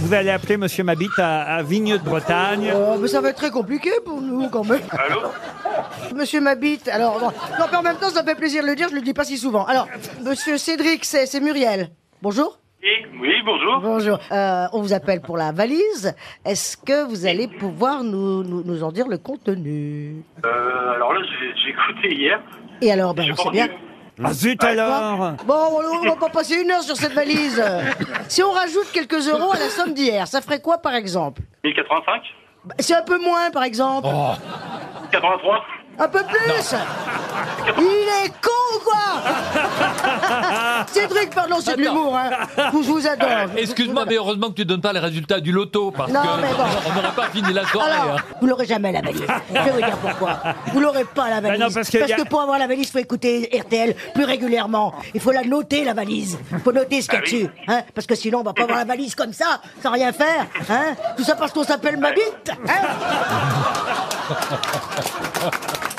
pouvez aller appeler Monsieur Mabit à, à Vigneux de Bretagne. Oh, mais ça va être très compliqué pour nous quand même. Allô Monsieur Mabit, alors. Non, non, mais en même temps, ça me fait plaisir de le dire, je le dis pas si souvent. Alors, monsieur Cédric, c'est c'est Muriel. Bonjour. Oui, oui, bonjour. Bonjour. Euh, on vous appelle pour la valise. Est-ce que vous allez pouvoir nous, nous, nous en dire le contenu Euh, alors là, j'ai j'ai écouté hier. Et alors, ben, J'ai on pas sait bien. entendu. Ah, zut alors Bon, on on va pas passer une heure sur cette valise. Si on rajoute quelques euros à la somme d'hier, ça ferait quoi par exemple 1085 Bah, C'est un peu moins par exemple. 83 Un peu plus Il est con ou quoi Cédric, pardon, c'est de Attends. l'humour, hein. Vous, je vous adore. Excuse-moi, mais heureusement que tu donnes pas les résultats du loto, parce Non, que mais bon. on n'aurait pas fini la soirée. Alors, hein. vous l'aurez jamais la valise. Je vais vous dire pourquoi. Vous l'aurez pas la valise. non, parce que y a- pour avoir la valise, il faut écouter RTL plus régulièrement. Il faut la noter la valise. Il faut noter ce qu'il y a Ah oui. dessus, hein. Parce que sinon, on va pas avoir la valise comme ça, sans rien faire, hein. Tout ça parce qu'on s'appelle Mabit, hein.